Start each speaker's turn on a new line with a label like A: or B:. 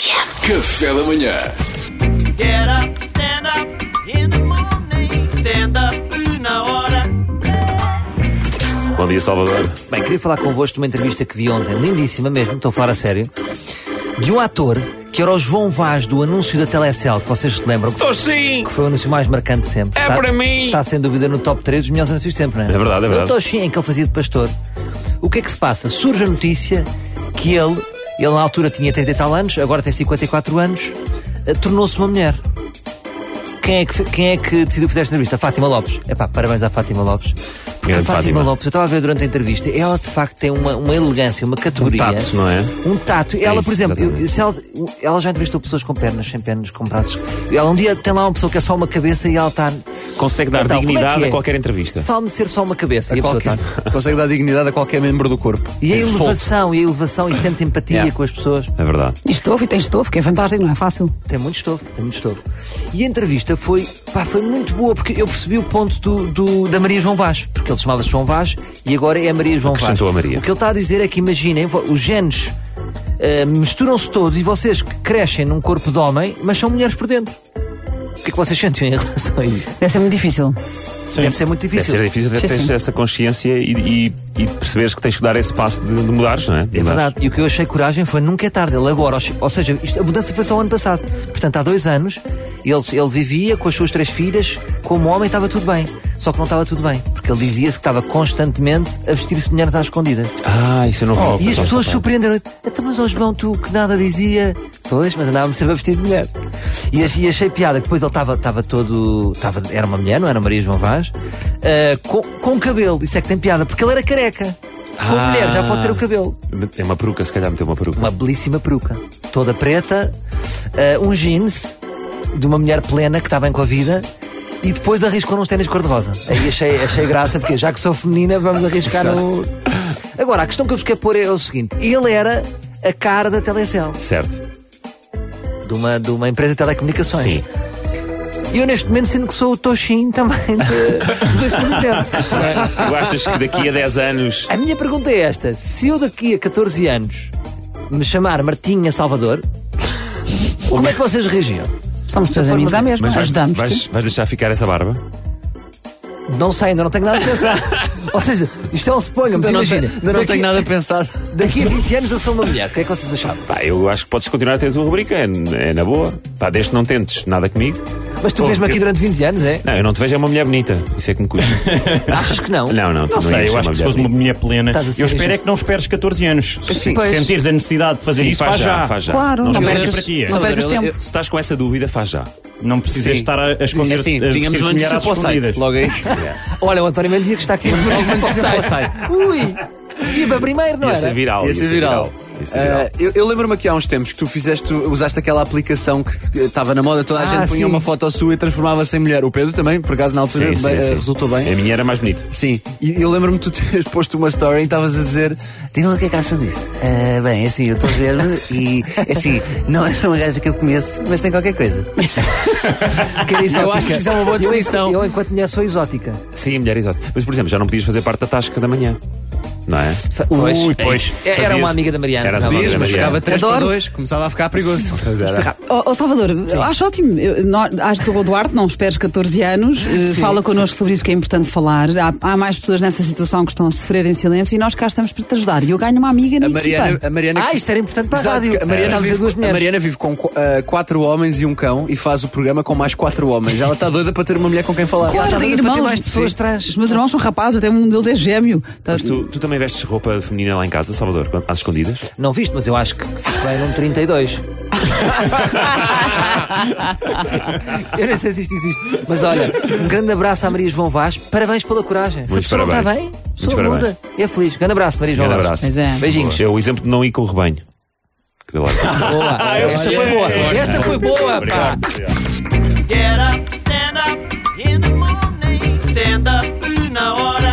A: Café da manhã.
B: Get up, stand up in the morning. Stand up na hora.
C: Bom dia, Salvador.
D: Bem, queria falar convosco de uma entrevista que vi ontem, lindíssima mesmo, estou a falar a sério, de um ator que era o João Vaz do anúncio da Telecel, que vocês se lembram, que
C: Estou sim!
D: foi o anúncio mais marcante de sempre.
C: É
D: Está-
C: para mim!
D: Está sem dúvida no top 3 dos melhores anúncios de sempre, não é? É
C: verdade, é verdade.
D: O Toshin, em que ele fazia de pastor. O que é que se passa? Surge a notícia que ele, ele na altura tinha 30 e tal anos, agora tem 54 anos, eh, tornou-se uma mulher. Quem é, que, quem é que decidiu fazer esta entrevista? A Fátima Lopes. Epá, parabéns à Fátima Lopes. Porque a
C: Grande
D: Fátima,
C: Fátima.
D: Lopes, eu estava a ver durante a entrevista, ela de facto tem uma, uma elegância, uma categoria.
C: Um tato, não é?
D: Um tato. Ela,
C: isso,
D: por exemplo, eu-
C: exatamente.
D: se ela, ela já entrevistou pessoas com pernas, sem pernas, com braços. Ela um dia tem lá uma pessoa que é só uma cabeça e ela está.
C: Consegue dar
D: Então, como é
C: dignidade
D: que é?
C: a qualquer entrevista.
D: Fala-me de ser só uma cabeça. e a pessoa
E: Qualquer-
D: está.
E: Consegue dar dignidade a qualquer membro do corpo.
D: E a
E: Esse solto.
D: elevação, e a elevação, e sente empatia com as pessoas.
C: É verdade.
F: E estofo, e tem estofo, que é fantástico, não é fácil.
D: Tem muito estofo, tem muito estofo. E a entrevista foi, pá, foi muito boa, porque eu percebi o ponto do, do- da Maria João Vaz, porque ele chamava-se João Vaz e agora é a Maria João Vaz.
C: Acrescentou a Maria.
D: O que ele está a dizer é que, imaginem, vo- os genes ah, misturam-se todos e vocês crescem num corpo de homem, mas são mulheres por dentro. O que é que vocês sentem em relação a isto?
F: Deve ser muito difícil.
D: Deve ser muito
C: Deve
D: difícil.
C: ser difícil até
F: Sim,
C: teres
F: sim.
C: essa consciência e, e, e perceberes que tens que dar esse passo de, de mudares, não é? De
D: É
C: mudares.
D: verdade. E o que eu achei coragem foi nunca é tarde. Ele agora, aos- ou seja, isto- a mudança foi só o ano passado. Portanto, há dois anos, ele, ele vivia com as suas três filhas, como homem estava tudo bem. Só que não estava tudo bem, porque ele dizia-se que estava constantemente a vestir-se de mulheres às escondidas.
C: Ah, isso eu não vi.
D: Oh, e as
C: Não,
D: pessoas
C: não.
D: surpreenderam Até mas ó João, tu que nada dizia. Pois, mas andava-me sempre a vestir de mulher. E, ach- e achei piada que depois ele estava estava todo. Estava, era uma mulher, não era Maria João Vaz? Ah, com, com cabelo, isso é que tem piada, porque ele era careca. Com
C: Ah.
D: mulher, já pode ter o cabelo
C: É uma peruca, se calhar meteu uma peruca.
D: uma belíssima peruca, toda preta, eh, um jeans de uma mulher plena que está bem com a vida. E depois arriscou uns ténis cor-de-rosa. Aí achei, achei graça, porque já que sou feminina, vamos arriscar no. Agora, a questão que eu vos quero pôr é o seguinte: ele era a cara da Telecel,
C: Certo.
D: de uma, de uma empresa de telecomunicações.
C: Sim.
D: E eu, neste momento, sinto que sou o Toshin também de- deste universo.
C: tu achas que daqui a 10 anos.
D: A minha pergunta é esta: se eu daqui a 14 anos me chamar Martinha Salvador, como é que vocês reagiam?
F: Somos teus amigos à mesma,
C: vais,
F: ajudamos-te.
C: vais, vais deixar ficar essa barba?
D: Não sei, ainda não tenho nada a pensar. Ou seja, isto é um spoiler, mas
E: Ainda não, te-
D: imagina.
E: ainda não
D: daqui,
E: tenho nada pensado.
D: daqui a 20 anos eu sou uma mulher. O que é que vocês achavam?
C: Pá, eu acho que podes continuar a ter a tua rubrica, é, é na boa. Pá, desde que não tentes nada comigo.
D: Mas tu
C: Oh,
D: vês-me aqui
C: eu-
D: durante 20 anos, é?
C: Não, eu não te vejo, é uma mulher bonita. Isso é que me custa.
D: Achas que não?
C: não, não, tu
G: Não
C: ias
G: sei,
C: ser
G: eu acho que se fosse uma
C: bonita.
G: mulher plena.
D: Estás a ser
G: Eu espero é
D: injusto.
G: que não esperes 14 anos.
E: Sim,
G: Se
E: pois.
G: sentires a necessidade de fazer
C: Sim,
G: isso, faz já.
C: faz já.
F: Claro,
C: não
F: não
C: esperes.
F: percas,
G: para ti, é.
F: não percas
E: Salvador,
F: tempo.
E: ele-
C: Se estás com essa dúvida, faz já.
G: Não precisas
E: Sim.
G: estar a, a esconder
E: É assim,
G: a
E: tínhamos
G: vestir-te
E: uma
G: mulher
E: notícia
G: às
E: para o
G: escondidas.
E: site. Logo aí.
D: Olha, o António Mendes ia gostar que tínhamos uma notícia para o site. Ui! Ia para primeiro, não
C: Ia ser
D: era?
C: viral.
E: Ia ser viral.
C: Ia ser Ah, é viral.
E: Ah, eu eu lembro-me aqui há uns tempos que tu fizeste, usaste aquela aplicação que eh, estava na moda, toda a
D: Ah,
E: gente punha
D: sim.
E: uma foto sua e transformava-se em mulher. O Pedro também, por acaso na altura,
C: Sim, sim,
E: bem, eh,
C: sim.
E: resultou bem.
C: A minha era mais bonita.
E: Sim, e eu lembro-me que tu teres posto uma story e estavas a dizer: Digam o que é que acham disto. Ah, bem, é assim, eu estou a ver e é assim, não é uma gaja que eu conheço, mas tem qualquer coisa.
D: Que era exótica.
E: acho que isso é uma boa
D: Eu-
E: definição.
D: Eu, enquanto mulher, sou exótica.
C: Sim, a mulher exótica. Mas, por exemplo, já não podias fazer parte da tasca da manhã. Não é?
D: Fa-
G: Pois.
D: Ui,
G: Pois.
D: Era
C: Fazia-se.
D: uma amiga da Mariana.
C: Era
D: não,
C: amiga
E: Dias,
C: da
E: mas
C: Mariana.
E: ficava 3 para
D: Adoro.
E: 2, começava a ficar perigoso.
C: Mas era.
F: Ó ó, Oh, Salvador, eu acho ótimo. Eu, nó- acho que o Eduardo, não esperes 14 anos, eh, fala connosco sobre isso que é importante falar. Há, há mais pessoas nessa situação que estão a sofrer em silêncio e nós cá estamos para te ajudar. E eu ganho uma amiga na
E: A
F: equipa.
E: Mariana, a Mariana
D: Ah, isto era importante para a
E: Exato,
D: rádio.
E: que A Mariana,
D: Estás a dizer
E: vive,
D: duas
E: a
D: mulheres.
E: Mariana vive com qu- ah, quatro homens e um cão e faz o programa com mais quatro homens. Ela está doida para ter uma mulher com quem falar.
F: Claro,
D: Ela estava a
F: tem
D: bater
F: irmãos,
D: mais pessoas trans.
F: Os meus irmãos são rapazes, até um deles é gêmeo.
C: Mas tu, tu também vestes roupa feminina lá em casa, Salvador, quando- às escondidas?
D: Não viste, mas eu acho que fiz bem num 32. eu nem sei se isto existe. Mas olha, um grande abraço à Maria João Vaz. Parabéns pela coragem. Se a
C: Muitos
D: pessoa não está
C: parabéns.
D: bem, a
C: Muitos
D: pessoa
C: parabéns.
D: muda. E é feliz. Grande abraço, Maria João
C: Grande
D: Vaz.
C: abraço.
F: Pois é.
D: Beijinhos. Ah.
C: É o exemplo de não ir com o rebanho. Que lá-
D: Boa. Esta foi boa. Esta foi boa, pá.
C: Obrigado.
B: Get up, stand up in the morning. Stand up na hora.